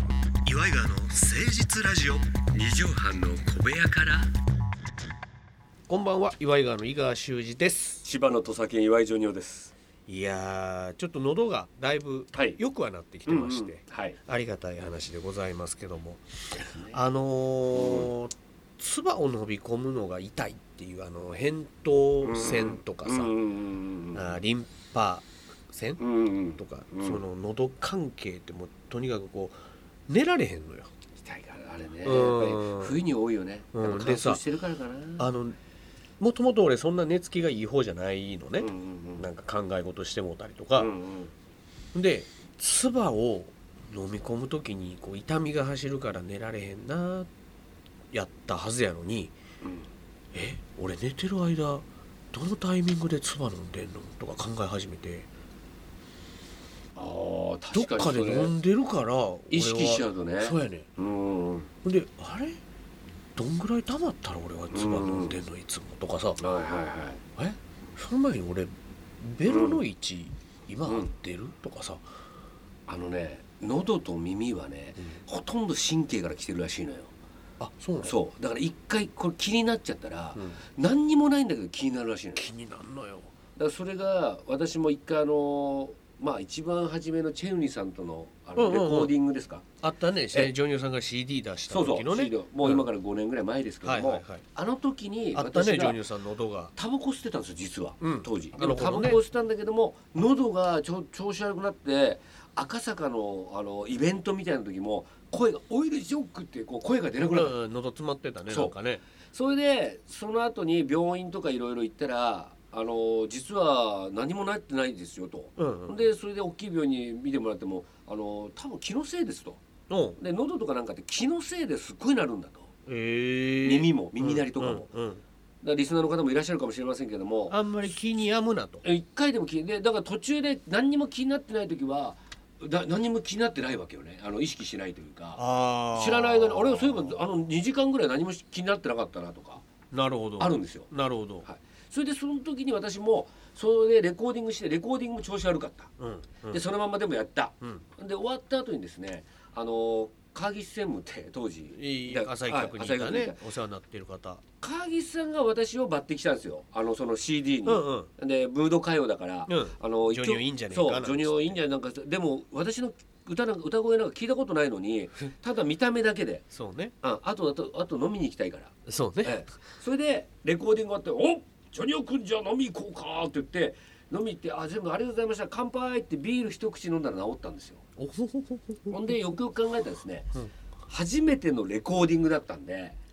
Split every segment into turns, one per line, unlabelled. イガーの誠実ラジオ
二畳半の小部屋から
こんばんは岩井川の井川修司です
千葉の土佐県岩井ジョニオです
いやーちょっと喉がだいぶ
はい
良くはなってきてまして、
うんうんはい
ありがたい話でございますけども、あのー唾を飲み込むのが痛いっていうあの扁桃腺とかさ、
うんうん
あーリンパ腺
うんうん
とか、
うん
その喉関係ってもうとにかくこう寝られへんのよ。
痛いからあれねやっ
うん
ぱり冬に多いよね
うん
やっぱ乾
でさ
燥してるからかな
あのもともと俺そんな寝つきがいい方じゃないのね、
うんうんうん
なんか考え事してもうたりとか、
うんうん
で唾を飲み込む時にこう痛みが走るから寝られへんなやったはずやのに
うん
え俺寝てる間どのタイミングで唾飲んでんのとか考え始めて
あー
どっ
確
か
か
で
にそれ
飲んでるから俺は
意識しちゃうとね
そうやね
うんうん
んであれどんぐらい溜まったら俺は唾飲んでんのいつもとかさ
はいはいは
えその前に俺ベロの位置今合ってるとかさ
いあのね喉と耳はねほとんど神経から来てるらしいのよ
あそうなの
そうだから一回これ気になっちゃったら
うん
何にもないんだけど気になるらしいのよ
気になんのよ
だからそれが私も一回あのまあ一番初めのチェンリさんとのあ
う
の
ん
レ
うんうん
コーディングですか、
あったね、ジ
え
ョニオさんが CD 出した
そうそう
時のね。
シードもう今から5年ぐらい前ですけども、
はいはいはい
あの時に
あったね、ジ
私
ョ
が
ニオさんの音が。
タバコ吸ってたんですよ実は、
うん
当時
な
で
るほど
も
ね
タバコ吸ってたんだけども喉がちょ調子悪くなって赤坂のあのイベントみたいな時も声が「オイルジョック」ってこう声が出なくなった
うん、喉詰まってたね、
そう
なんかね。
それでその後に病院とかいろいろ行ったら「あの実は何もなってないですよ」と。
うん、うん。
でそれで大きい病院に見てもらってもあの多分気のせいですと
うん、
で喉とかなんかって気のせいですっごいなるんだと
えー、
耳も耳鳴りとかも、だか
うんうん
らリスナーの方もいらっしゃるかもしれませんけども
あんまり気に病むなと。
え一回でも気にでだから途中で何にも気になってない時はだ何にも気になってないわけよねあの意識してないというか
あ
知らない間に俺はそういえばあの2時間ぐらい何も気になってなかったなとか
なるほど。
あるんですよ
なるほど。
はい、それでその時に私もそれでレコーディングしてレコーディングも調子悪かった、
うん、うん
でそのまんまでもやった、
うん
で終わった後にですねあの川岸専務って 当時
いい
だ
浅井企画にいた
はい浅井企画にい
ね、
た
お世話になってる方。
川岸さんが私を抜擢したんですよあのその CD に、
うん
でブード歌謡だから、
うん
あの
ジョニオ
一応
いいんじゃねえか
そ
なん
う
つっ
ジ
て
ョニオいいんじゃねえなんかでも私の歌なんか歌声なんか聞いたことないのにただ見た目だけで、
そうね。
ああとあとあと飲みに行きたいから
そうね。
ええそれでレコーディングがあって「おジョニオ君じゃあ飲み行こうか」って言って飲み行って「あ全部ありがとうございました乾杯」ってビール一口飲んだら治ったんですよ。
おほほほほほ
ほんでよくよく考えたらですね、
うん
初めてのレコーディングだったんで「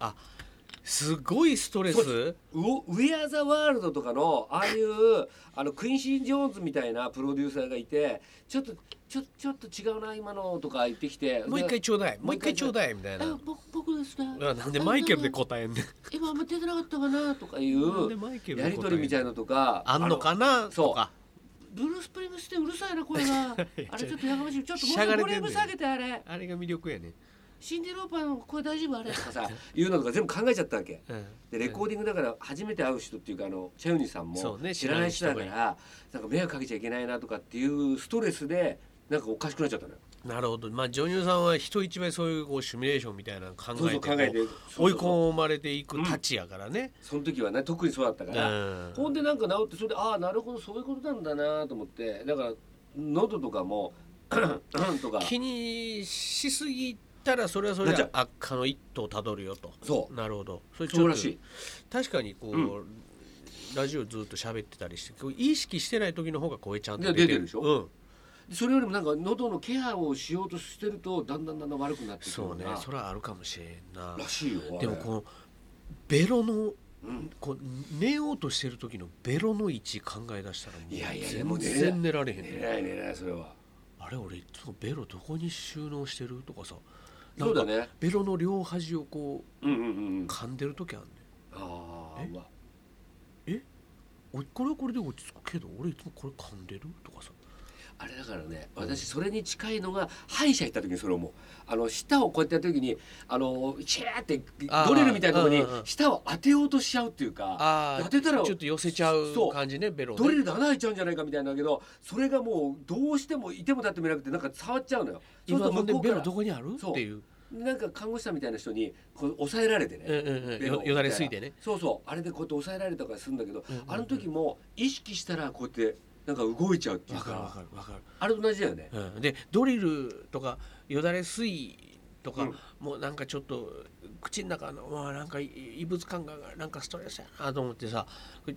すごいストレス。
ウォウェア・ザ・ワールド」とかのああいうあのクインシー・ジョーンズみたいなプロデューサーがいて「ちょっとちょちょっと違うな今の」とか言ってきて
もう一回
で
ちょうだい。も
も
う一
う一
回
回
ちょうだいみたい
あ
な。
僕僕ですか
あなんでマイケルで答えんねん。
今あんま出てなかったかなとかい
なん
う
でマイケルで答えんの
やり取りみたいなのとか
あんのかな
そう
とか。
ブルース・プリングスってうるさいな声 があれちょっとやかましいちょっと
しゃがれてん
ボリ
ね
ュ
ん
ーム下げてあれ
あれが魅力やね。
シンディ・ローパーの声大丈夫あれとかさいうのとか全部考えちゃったわけ
うん
でレコーディングだから初めて会う人っていうかあのチェウニさん
そう
も
ね
知らない人だか
知ら
らなんか迷惑かけちゃいけないなとかっていうストレスでなんかおかしくなっちゃったのよ
なるほど、まあ、ジョニオさんは人一倍そういうこうシミュレーションみたいなの考
そう
え
そ
て
う考えて
こう
そう
追い
そうそう
込まれていくたちやからね。
その時はね特にそうだった
う
から
ん
ほんでなんか治ってそれでああなるほどそういうことなんだなと思ってだから喉とかも とか
気にしすぎたらそれはそれ
なっち
で
ゃう
悪化の一途をたどるよと。
そ
なるほどそれ
う
ちょっ
そう
と
らしい
確かにこう、
う
ラジオずっと喋ってたりしてこう意識してない時の方が声ちゃんと
で
出てる
出てるでしょ
うん、
それよりもなんか喉のケアをしようとしてるとだんだんだんだん悪くなってくる
そうね
ら
それはあるかもしれんな。
らしいよあれ
でもこのベロの
うん
こう寝ようとしてる時のベロの位置考え出したらもう
いやいや
全
もう寝れない
然寝られへん
寝
ね
れない寝れないそれは
あれ俺いつもベロどこに収納してるとかさな
そ
ん
うだ
か
ね
ベロの両端をこ
うんうんうんう
うん噛んでる時あんねん
ああ
え
うわ
おこれはこれで落ち着くけど俺いつもこれ噛んでるとかさ
あれだからね私それに近いのが歯医者行った時にそれをもうあの舌をこうやってやった時にあのシェーって
あー
ドリルみたいなところに
うんうんうん
舌を当てようとしちゃうっていうか
あ
当てたら
ちょっと寄せちゃう
そう
感じねベロ
ドリ
ね
ルで穴開いちゃうんじゃないかみたいなんだけどそれがもうどうしてもいても立ってもいなくてなんか触っちゃうのよそ
今
うすると
ほんで
向こう
ベ
か
ロ
ら
どこにある
そう
っていう
なんか看護師さんみたいな人にこう抑えられてね、
うんうんうん
ベロ
よよだれすいてね
そうそうあれでこうやって抑えられたからするんだけど、
うんうんうん
あの時も意識したらこうやってなんか動いちゃうっていう
わ
か
かるわかるわかる
あれと同じだよね、
うん、でドリルとかよだれ水とか、
うん
もうなんかちょっと口の中のまあなんかい異物感がなんかストレスやなと思ってさ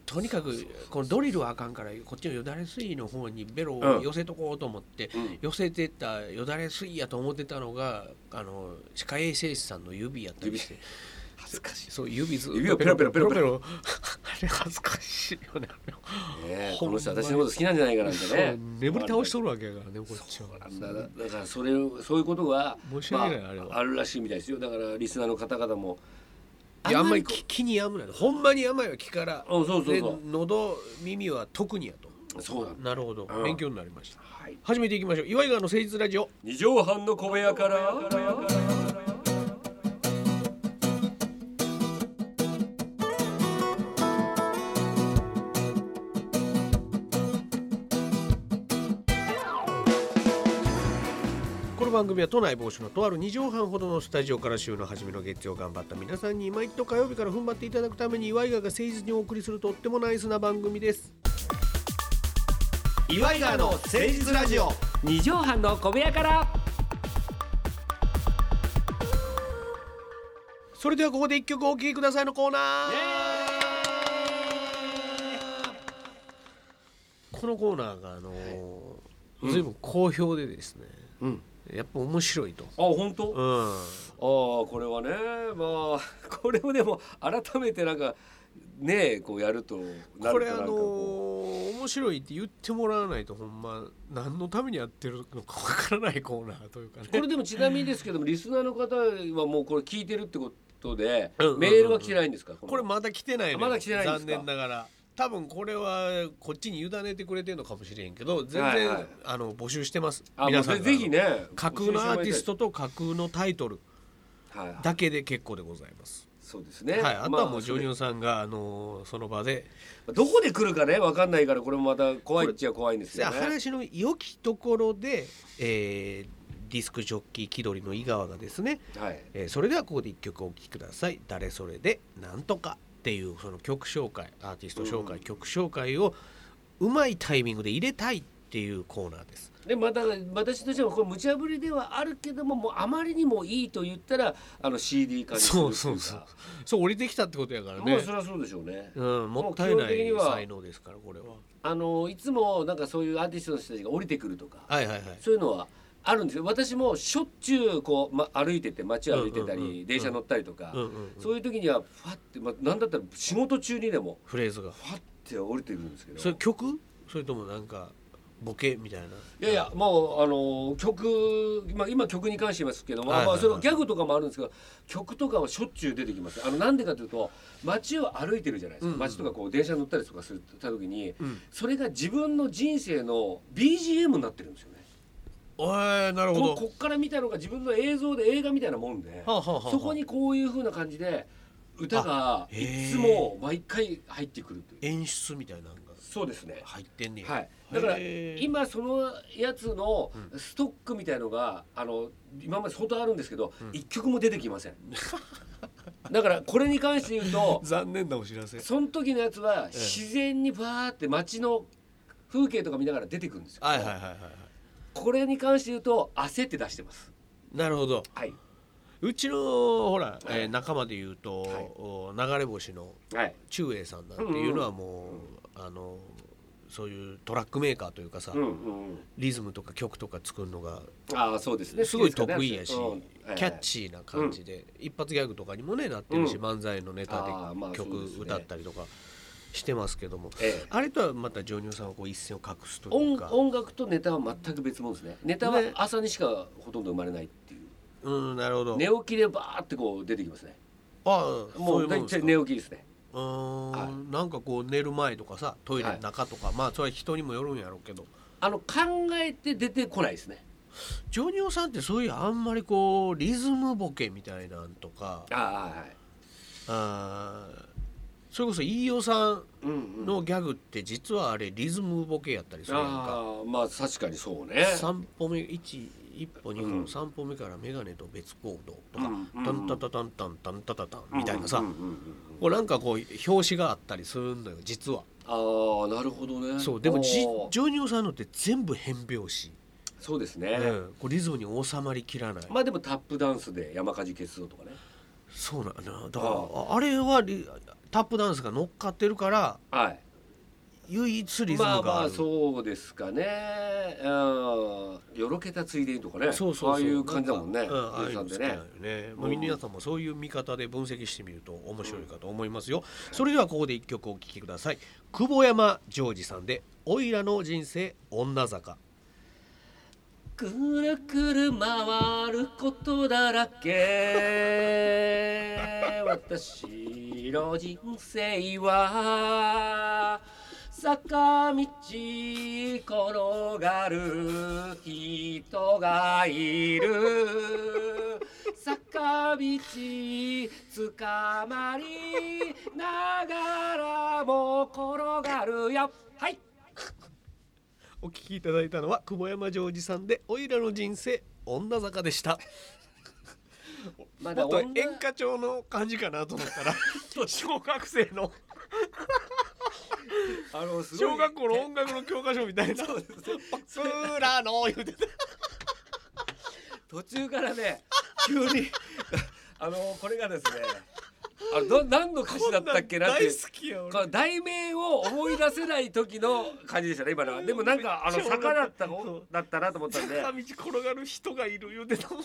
とにかくこのドリルはあかんからこっちのよだれ水の方にベロを寄せとこうと思って、
うん
寄せてたよだれ水やと思ってたのがあの歯科衛生士さんの指やったりして
恥ずかしい、ね
そう指ずっと
指をペロペロペロペ
ペ
ロ
ロ あれ恥ずかしいよねあれ
え、
ほ
こ
ん
の
ま
人私のこと好きなんじゃないかなんてね
そう眠り倒しとるわけやからねこっちは
だだからそれをそういうことが
申し訳ないあれは
あ、あるらしいみたいですよだからリスナーの方々も
いやあんまり
こ
気気に病むなほんまに病は気から
うんそうそう
で
そう
喉耳は特にやと
そうなんだ
なるほど
うん
勉強になりました
はい
始めていきましょう岩井川の誠実ラジオ
二畳半の小部屋から
この番組は都内某所のとある2畳半ほどのスタジオから週の初めの月曜頑張った皆さんに今一度火曜日から踏ん張っていただくために岩井川が誠実にお送りするとってもナイスな番組です岩井川の誠実ラジオ
二畳半の小部屋から
それではここで一曲お聴きくださいのコーナーこのコーナーがあの
いうん
随分好評でですね、
うん
やっぱ面白いと。
あ本当、あ
うん、
あこれはねまあこれをでも改めてなんかねえこうやるとな
こ
る
れ
と
あ
な
の
んかこ
面白いって言ってもらわないとほんま何のためにやってるのかわからないコーナーというかね
うこれでもちなみにですけどもリスナーの方はもうこれ聞いてるってことで、
うんうんうん
メールは来てないんですかこの
これまだ来てないのよ
まだ来てないんですか
残念ながら多分これはこっちに委ねてくれてるのかもしれんけど全然、
はいはい
あの募集してます
あ
皆
皆
さ
さ
ん
ん
が
ぜひね
架空のアーティス、トと架空のタイトル
はいはい、
だけで結構でございます。
そうですね、
はい、あとはもうジョニ
ま
オさんが、あのその場で、
あどこで来るかねわかんないからこれもまた怖いっちゃ怖いんです
じゃ
よ
あ
ね
話の良きところで、えーディスクジョッキー気取りの井川がですね、
はい
えーそれではここで一曲お聴きください「誰それでなんとか」っていうその曲紹介アーティスト紹介、
うん
曲紹介をうまいタイミングで入れたいっていうコーナーです。
でまた私としてもこれ無茶ぶりではあるけどももうあまりにもいいと言ったらあの CD 化にする
そ
というう
そうそうそう降りてきたってことやから
もう
ね
そ。れはそうでしょうね
うん、もったいな
もう基本的に
い
は
才能ですからこれは。
あのいつもなんかそういうアーティストの人たちが降りてくるとか
はいはいはい。
そういうのはあるんですよ私もしょっちゅうこう、ま、歩いてて街を歩いてた
う
り、
んうんうん
電車乗ったりとか、
うんうんうん
そういう時にはファって、ま、なんだったら仕事中にでも
フレーズが。
ファって降りてくるんですけど
それ曲それともなんかボケみたいな。
いやいやもうあの曲、まあ、今曲に関して言いますけども、
はいはいはい
まあ、そのギャグとかもあるんですけど曲とかはしょっちゅう出てきますあのなんでかというと街を歩いてるじゃないですか、
うんうん
街とかこう電車に乗ったりとかするた時に、
うん
それが自分の人生の BGM になってるんですよね。
おーなるほ
こ
ど。
こっから見たのが自分の映像で映画みたいなもんで、
はあはあはあはあ
そこにこういう風な感じで歌が
あへえ
いつも毎回入ってくるという
演出みたいなのが
そうですね
入ってんねや。
はい、だから
へー
今そのやつのストックみたいのがあの今まで相当あるんですけど一、曲も出て きませんだからこれに関して言うと
残念なお知らせ。
その時のやつは
え
自然にバーって街の風景とか見ながら出てくるんですよ、
はいはいはいはいは
これに関して言うと焦って出してます
い。なるほど。
はいう
ちのほら、
はい
えー仲間で言うと、
はい
お流れ星の
はい
中英さんなんていうのはもう、あのそういうトラックメーカーというかさ、
うんうんうん
リズムとか曲とか作るのが
ああそうですね
すごい
好きです
得
ね
意やし、
うんええ
キャッチーな感じで、一発ギャグとかにもねなってるし、
うん
漫才のネタで
あーまあ
曲
そうですね
歌ったりとかしてますけども、
ええ
あれとはまたジョニオさんはこう一線を画すという
音
か、
音楽とネタは全く別物ですねネタは
ね
朝にしかほとんど生まれないっていう
うん、なるほど、
寝起きでバーってこう出てきますね
ああ
も
そういううも
大
んです
体
か
寝起きですね
うーん、
は
なんかこう寝る前とかさトイレの中とか、まあそれは人にもよるんやろうけど
あの考えて出てこないですね
ジョニオさんってそういうあんまりこうリズムボケみたいなんとか
ああはい
あーそれこそ飯尾さ
うんうん
んのギャグって実はあれリズムボケやったりするやんか
ああまあ確かにそうね
3歩目1一歩2
うん
歩3歩目から眼鏡と別行動とか
うんうん
タンタタタンタンタンタタタンみたいなさ
うんうんうんうん
こうなんかこう表紙があったりするんだよ実は
ああなるほどね
そうでもじ
おー
ジョニオさんのって全部変拍子
そうですね、
うんこうリズムに収まりきらない
まあでもタップダンスで山火事消すぞとかね
そうなんだなだからああれはリタップダンスが乗っかってるから
はい
唯一リズム
まあま
があ
あ
る
そうですかねうんよろけたついでにとかね
そうそうそう
ああいう感じだもんね
なんかうんああい
姉
う
さ
の
ん
好
で
きなん
ね
よね。もう
うん
皆さんもそういう見方で分析してみると面白いかと思いますよ。それではここで一曲お聴きください。久保山ジョージさんでおいらの人生女坂。
くるくる回ることだら け私の人生は坂道転がる人がいる坂道つかまりながらも転がるよはい
お聴きいただいたのは久保山ジョージさんでおいらの人生女坂でした。
ま
もっと
女
演歌調の感じかなと思ったら 小学生の
あのすごい
小学校の音楽の教科書みたいな「僕らの」言うてた。
途中か らね急に あのこれがですねあのど何の歌詞だったっけなっていう
大好きや俺
この題名を思い出せない時の感じでしたね今のはでもなんかあの
めっちゃ
坂だった
そう
だったなと思ったんで
坂道転がる人がいる言うてたもん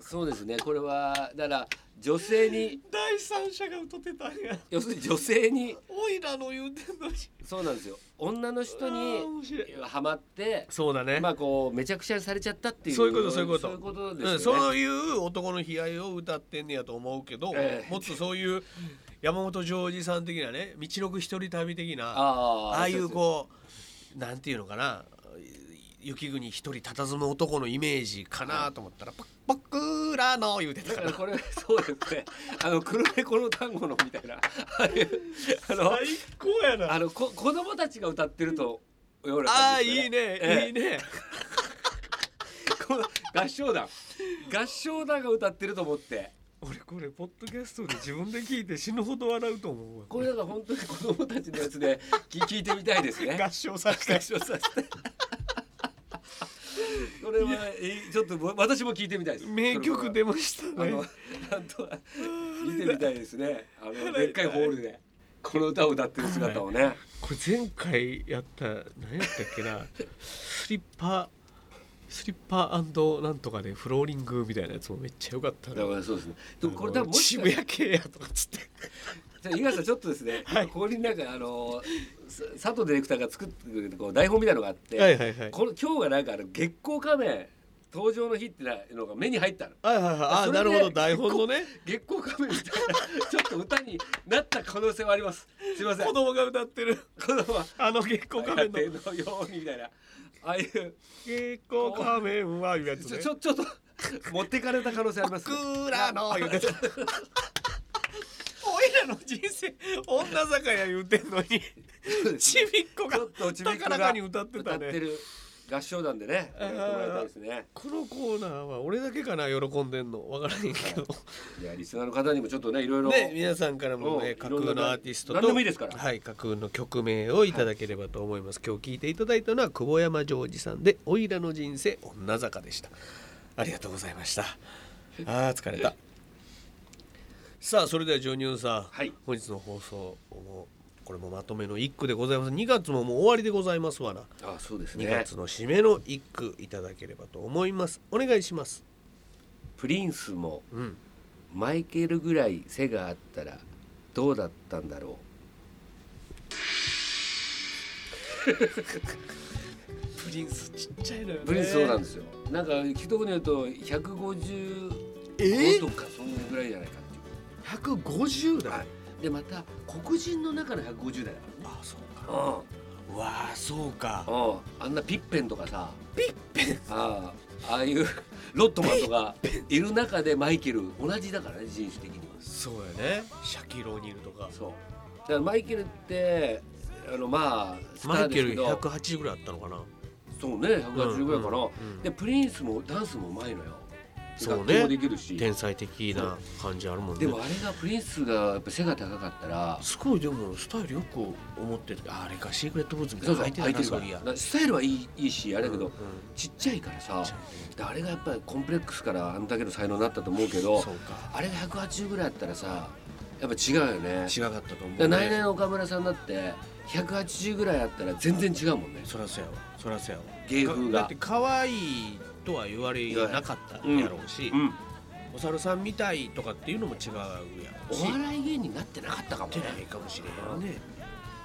そうですねこれはだから女性に
第三者が歌ってたんや
要するに女性に
おいらの言うてんのに
そうなんですよ女の人
あー面白い
にハマって
そうだね、
まあこうめちゃくちゃにされちゃったっていう
そういうことそういうこと
そういうことですよ
う
ね、
ん、そういう男の悲哀を歌ってんねやと思うけど、
ええ
もっとそういう山本譲二さん的なね道のく一人旅的なあ
あー
あいうこうなんていうのかな雪国一人佇む男のイメージかなと思ったら「ぼ僕らの」言うてた
だ
か
から
ら
これそうですね。あの黒猫の単語のみたいな。ああいうあの
高やな
あのこ子供たちが歌ってると。ような
あ
感
あ
じです
いいね、
ええ
いいね
この合唱団合唱団が歌ってると思って
俺これポッドキャストで自分で聞いて死ぬほど笑うと思うわ
これだから本当に子供たちのやつで聞聞いてみたいですね
合唱させ
合
て
唱させてこれはえちょっと私も聞いてみたいです
名曲出ました
あ
ね
の、なんとは見てみたいですね。あのでっかいホールでこの歌を歌ってる姿をね。
これ前回やった何やったっけなスリッパスリッパなんとかでフローリングみたいなやつもめっちゃ良かった
だ
な
からそうですね。でもこれ多分もしか
渋谷系やとかっつって
じゃあ東さんちょっとですね。
はい
ここになんかあのさ佐藤ディレクターが作ってくれたこう台本みたいなのがあって、
はいはいはい
この今日がなんかあの月光仮面登場の日ってなのが目に入ったの。
はいはいはいあ
それ
な
で
るほど台本のね
月光仮面みたいなちょっと歌になった可能性はあります。すいません。
子
子
供が歌ってる
供は
あの月光仮面の
ののようにみたいなああいう
月光仮面はいうやつ
ちょ
ね
ちょちょっと持ってかれた可能性あります、
僕らの言うてたおいらの人生女坂や言うてんのに
そうです
ち
ね
びっこが
ちょっとちびっこ
高ら
が
かに歌ってたね
る合唱団でねやってもらいたいですね。
このコーナーは俺だけかな喜んでんのわからへんけど
いやリスナーの方にもちょっとねいろいろ、
ね皆さんからも
う
ね
ん
架空のアーティストと
何でもいいですから
はい架空の曲名をいただければと思います、今日聞いていただいたのは久保山ジョージさんで「おいらの人生女坂」でしたありがとうございましたあー疲れたさあそれではジョニオンさん、
はい
本日の放送もこれもまとめの一句でございます2月ももう終わりでございますわな
あそうです
2
ね
月の締めの一句いただければと思いますお願いします
プリンスも
うん
マイケルぐらい背があったらどうだったんだろ
プリンスちっちゃいのよ
うプリンスそうなん
だ
ですよなんか聞くところによると155
え
とかそのぐらいじゃないかっていう
百150
は
だ
いでまた黒人の中の150代だ
あそう
からうん
かわあそうか
うんあんなピッペンとかさピッペンああああいうロットマンとかいる中でマイケル同じだからね人種的には
そうやねシャキロニールとか
そうからマイケルってあのまあスタ
マ
ー
イ
で
ケ
すけ
ル
ど
180ぐらいあったのかな
そうね180ぐらいかな、
うんうんうん
でプリンスもダンスもうまいのよ
そうね
楽器もできるし
天才的な感じあるもん
で
ね
もあれがプリンスがやっぱ背が高かったら
すごいでもスタイルよく思ってるあれかシークレットブーツみたい
そう
な
そう
の履
空い
い
て
て
る
たなそりゃ
からなスタイルはいいいいしあれだけど、
うん
ちっちゃいからさ
ちっちゃ
であれがやっぱりコンプレックスからあんだけの才能になったと思うけど
そうか
あれが180ぐらいあったらさやっぱ違うよね
違かったと思う、ね、
だからナイナイの岡村さんだって180ぐらいあったら全然違うもんね
そらそうやわそらそうやわ
芸風が
だって可愛いとは言われなかったやろうし、
うん
お猿さんみたいとかっていうのも違うやろうし
お笑い芸人になってなかったかも
て
ねだ
ないかもしれへんね、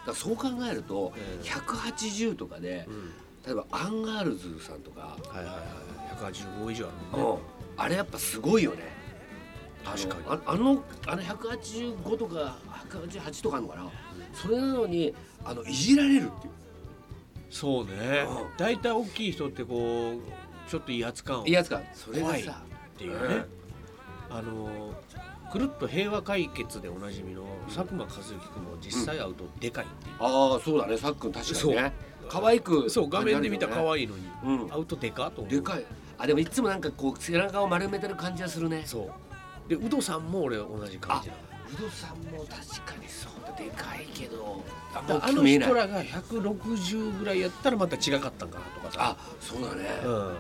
からそう考えると
うん
180とかで
うん、
例えばアンガールズさんとか
はいはいはい185以上ある
う
も
ん
んね
あれやっぱすごいよね
確かに
あのああのあの185とか188とかあるのかな、それなのにあのいじられるっていう
そうね
うん
大体大きい人ってこうちょっと威圧感を
いいやつかそれが
怖いっ
さ
ていうね、あのくるっと平和解決でおなじみの佐久間一行君も実際会うとでかいっていう、
ああそうだねさっくん確かにね可愛く
そう画面で見たら可
い
愛いのに
うん
会うとでかと思う
でかいあでもいつもなんかこう背中を丸めてる感じがするね
そうでウドさんも俺同じ感じなの
ウドさんも確かにそうだでかいけどあ
だからあ
んま大きく
の
見えない
人らが160ぐらいやったらまた違かったんかなとかさ
あそうだね、
うん、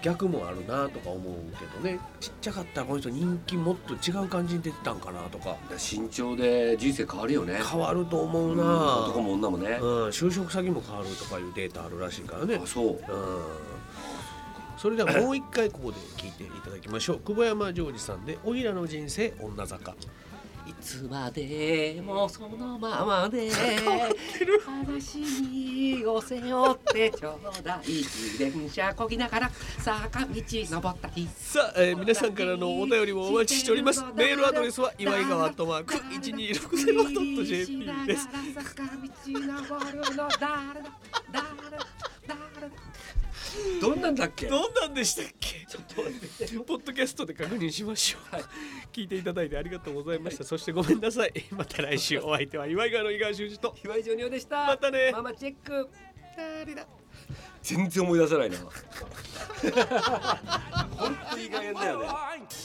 逆もあるなとか思うけどねちっちゃかったらこの人人気もっと違う感じに出てたんかなとか
だから身長で人生変わるよね
変わると思
う
うんな、
男も女もね、
うん、就職先も変わるとかいうデータあるらしいからね
あ、そう
うん、それではもう一回ここで聞いていただきましょう久保山ジョージさんで「おいらの人生女坂
いつまでもそのまま で話にを背負ってちょうだい自転車こぎながら坂道登ったり」
さあ、えー皆さんからのお便りもお待ちしております メールアドレスは岩井川アットマーク 1260.jp です
坂道登るの誰だ誰だ誰だどんなんだっけ
どんなんでしたっけちょっとポッドキャストで確認しましょう、聞いていただいてありがとうございました、そしてごめんなさいまた来週お相手は岩井川の井川修司と
岩井ジョニオでした
またね
ママチェック誰だ全然思い出せないな 本当にいい加減だよね
Fine.